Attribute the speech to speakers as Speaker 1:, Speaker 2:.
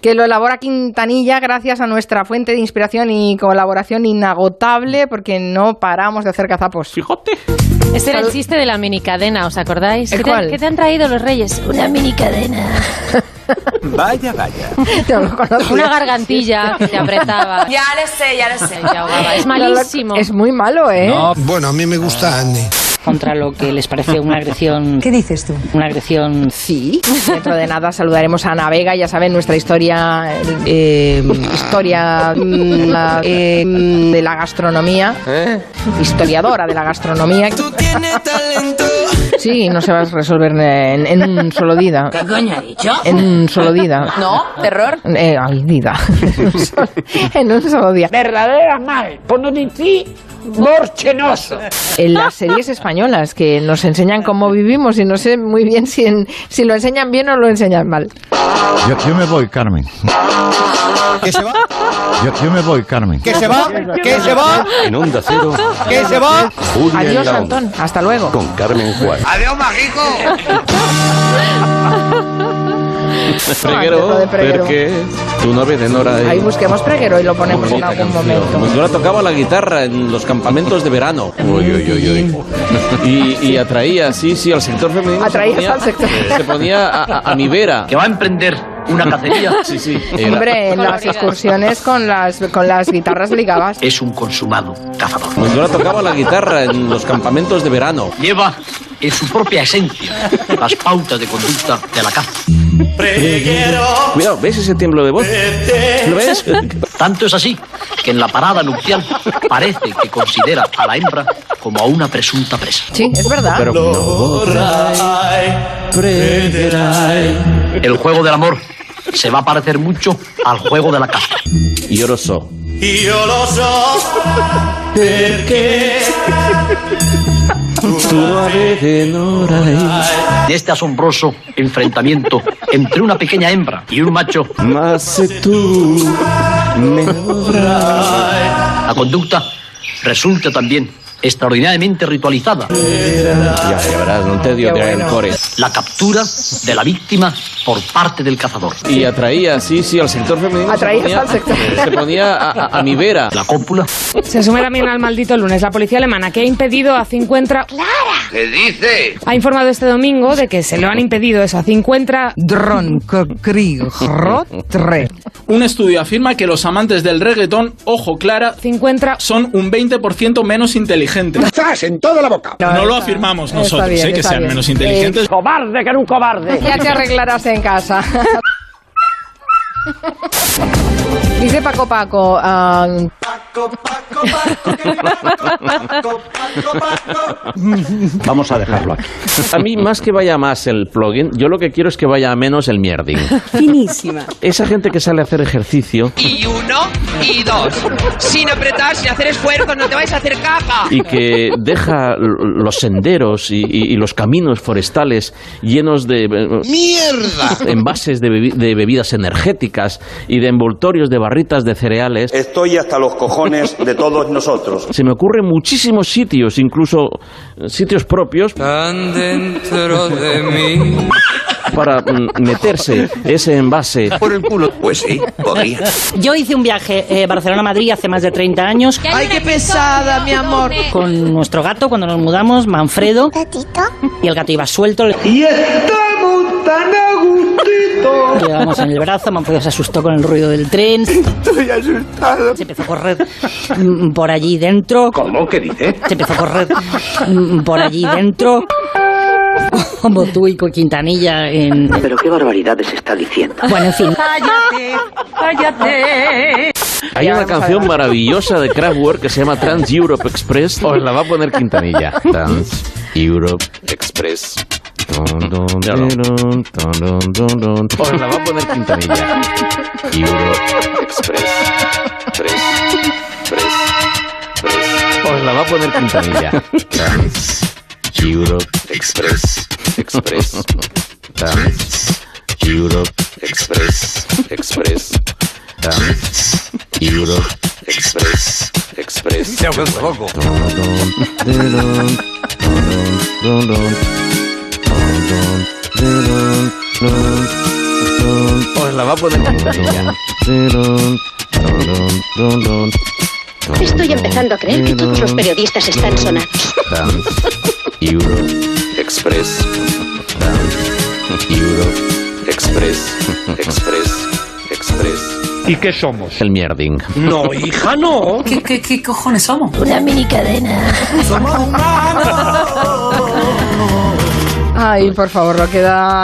Speaker 1: que lo elabora Quintanilla gracias a nuestra fuente de inspiración y colaboración inagotable, porque no paramos de hacer cazapos.
Speaker 2: Fíjate.
Speaker 3: Ese Este era el chiste de la minicadena, ¿os acordáis?
Speaker 1: ¿El
Speaker 3: ¿Qué, te,
Speaker 1: cuál?
Speaker 3: qué te han traído los reyes? Una minicadena.
Speaker 2: Vaya, vaya.
Speaker 1: No lo conocía.
Speaker 3: Una gargantilla que te apretaba.
Speaker 4: Ya le sé, ya le sé.
Speaker 3: Te ahogaba. Es malísimo.
Speaker 1: Es muy malo, ¿eh?
Speaker 5: Bueno, a mí me gusta Andy.
Speaker 6: contra lo que les pareció una agresión. ¿Qué dices tú? Una agresión.
Speaker 1: Sí. Dentro de nada saludaremos a Ana Vega, ya saben, nuestra historia, eh, historia mm, la, eh, mm, de la gastronomía, historiadora de la gastronomía. Sí, no se va a resolver en, en un solo día.
Speaker 4: ¿Qué coño ha dicho?
Speaker 1: En un solo día.
Speaker 4: No, terror.
Speaker 1: Eh, ay, vida. En un solo- en un solo día.
Speaker 7: verdadera mal, por no decir morchenoso.
Speaker 1: en las series españolas que nos enseñan cómo vivimos y no sé muy bien si, en- si lo enseñan bien o lo enseñan mal.
Speaker 8: Yo, yo me voy, Carmen.
Speaker 9: ¿Qué se va?
Speaker 8: Yo, yo me voy, Carmen.
Speaker 9: ¿Qué se va? ¿Qué se va?
Speaker 2: En Onda Cero,
Speaker 9: ¿Qué se va?
Speaker 2: Julia en
Speaker 1: Adiós,
Speaker 2: la Onda,
Speaker 1: Antón. Hasta luego.
Speaker 2: Con Carmen Juárez.
Speaker 7: Adiós, mágico.
Speaker 1: Antes lo de Preguero.
Speaker 2: porque tu novia de Nora
Speaker 1: Ahí busquemos preguero y lo ponemos en algún momento.
Speaker 2: Nora tocaba la guitarra en los campamentos de verano. Uy, uy, uy, uy. Y, y atraía, sí, sí, al sector femenino. se
Speaker 1: Atraías
Speaker 2: ponía- eh,
Speaker 1: al sector.
Speaker 2: Se ponía a, a- a mi vera.
Speaker 7: va a emprender una cacería.
Speaker 2: Sí, sí. era-
Speaker 1: Hombre, en las
Speaker 3: Coloridas.
Speaker 1: excursiones con las, con las guitarras ligabas.
Speaker 7: Es un consumado cazador.
Speaker 2: Nora tocaba la guitarra en los campamentos de verano.
Speaker 7: Lleva en su propia esencia las pautas de conducta de la caza.
Speaker 2: Cuidado, ¿ves ese tiemblo de voz? ¿Lo ves?
Speaker 7: Tanto es así que en la parada nupcial parece que considera a la hembra como a una presunta presa.
Speaker 1: Sí, es verdad.
Speaker 2: Pero no.
Speaker 7: El juego del amor se va a parecer mucho al juego de la caza.
Speaker 2: Y Oroso.
Speaker 7: De este asombroso enfrentamiento entre una pequeña hembra y un macho
Speaker 2: Más tú.
Speaker 7: La conducta resulta también extraordinariamente ritualizada.
Speaker 2: Ya, ya verás, no te dio
Speaker 1: Qué
Speaker 2: de
Speaker 1: bueno.
Speaker 2: core.
Speaker 7: La captura de la víctima por parte del cazador.
Speaker 2: Y atraía, sí, sí, al sector femenino.
Speaker 1: Atraías
Speaker 2: se ponía,
Speaker 1: al sector.
Speaker 2: Se ponía a, a- a mi vera.
Speaker 7: La cópula
Speaker 10: Se suma también al maldito lunes la policía alemana que ha impedido a 50... ¡Clara! ¿Qué dice? Ha informado este domingo de que se lo han impedido eso, a 50...
Speaker 11: Un estudio afirma que los amantes del reggaetón, ojo clara,
Speaker 10: 50...
Speaker 11: son un 20% menos inteligentes.
Speaker 5: ¡Zas! En toda la boca.
Speaker 11: No, lo
Speaker 1: está-
Speaker 11: afirmamos
Speaker 1: está
Speaker 11: nosotros,
Speaker 1: bien,
Speaker 11: eh, que
Speaker 1: está
Speaker 11: sean
Speaker 1: bien. Eh,
Speaker 11: menos inteligentes.
Speaker 7: ¡Cobarde, que era un cobarde!
Speaker 1: Ya te arreglarás en casa. Dice Paco Paco, ah,
Speaker 8: Vamos a dejarlo aquí.
Speaker 2: A mí, más que vaya más el plugin, yo lo que quiero es que vaya a menos el mierding.
Speaker 6: Finísima.
Speaker 2: Esa gente que sale a hacer ejercicio
Speaker 4: Y uno y dos. Sin apretar, sin hacer esfuerzo, no te vais a hacer caca.
Speaker 2: y que deja l- los senderos y, y- y los caminos forestales llenos de eh,
Speaker 5: ¡Mierda!
Speaker 2: envases de, bebi- de bebidas energéticas y de envoltorios de barritas de cereales.
Speaker 11: Estoy hasta los cojones de todos nosotros.
Speaker 2: Se me ocurren muchísimos sitios, incluso eh, sitios propios,
Speaker 7: Tan dentro de mí.
Speaker 2: para mm, meterse ese envase.
Speaker 7: Por el culo. Pues sí, podría.
Speaker 6: Yo hice un viaje eh, Barcelona-Madrid hace más de 30 años
Speaker 4: Ay, qué pesada, mi amor.
Speaker 6: con nuestro gato cuando nos mudamos, Manfredo. Y el gato iba suelto. Y estamos tan agustito. Llevamos en el brazo, Manfredo se asustó con el ruido del tren. Estoy asustado. Se empezó a correr mm, por allí dentro.
Speaker 7: ¿Cómo que dice?
Speaker 6: Se empezó a correr mm, por allí dentro. Como tú y con Quintanilla en...
Speaker 7: Pero qué barbaridades está diciendo.
Speaker 6: Bueno, en fin.
Speaker 2: Hay una canción maravillosa de Kraftwerk que se llama Trans Europe Express. Os la va a poner Quintanilla. Trans Europe Express. Míralo. Os la va a poner Quintanilla. Europe Express. Express. Express. Express. Os la va a poner Quintanilla. Trans Europe Express. Express. Trans Europe Express. Express. Trans Europe Express. Express. Os Pues la va a poner Quintanilla.
Speaker 12: Estoy empezando a creer que todos los periodistas están sonados.
Speaker 2: Dance Euro Express. Dance Euro Express. Express. Express.
Speaker 13: ¿Y qué somos?
Speaker 2: El mierding.
Speaker 13: No, hija, no.
Speaker 3: ¿Qué, qué, qué cojones somos? Una mini cadena.
Speaker 1: Ay, por favor, lo que da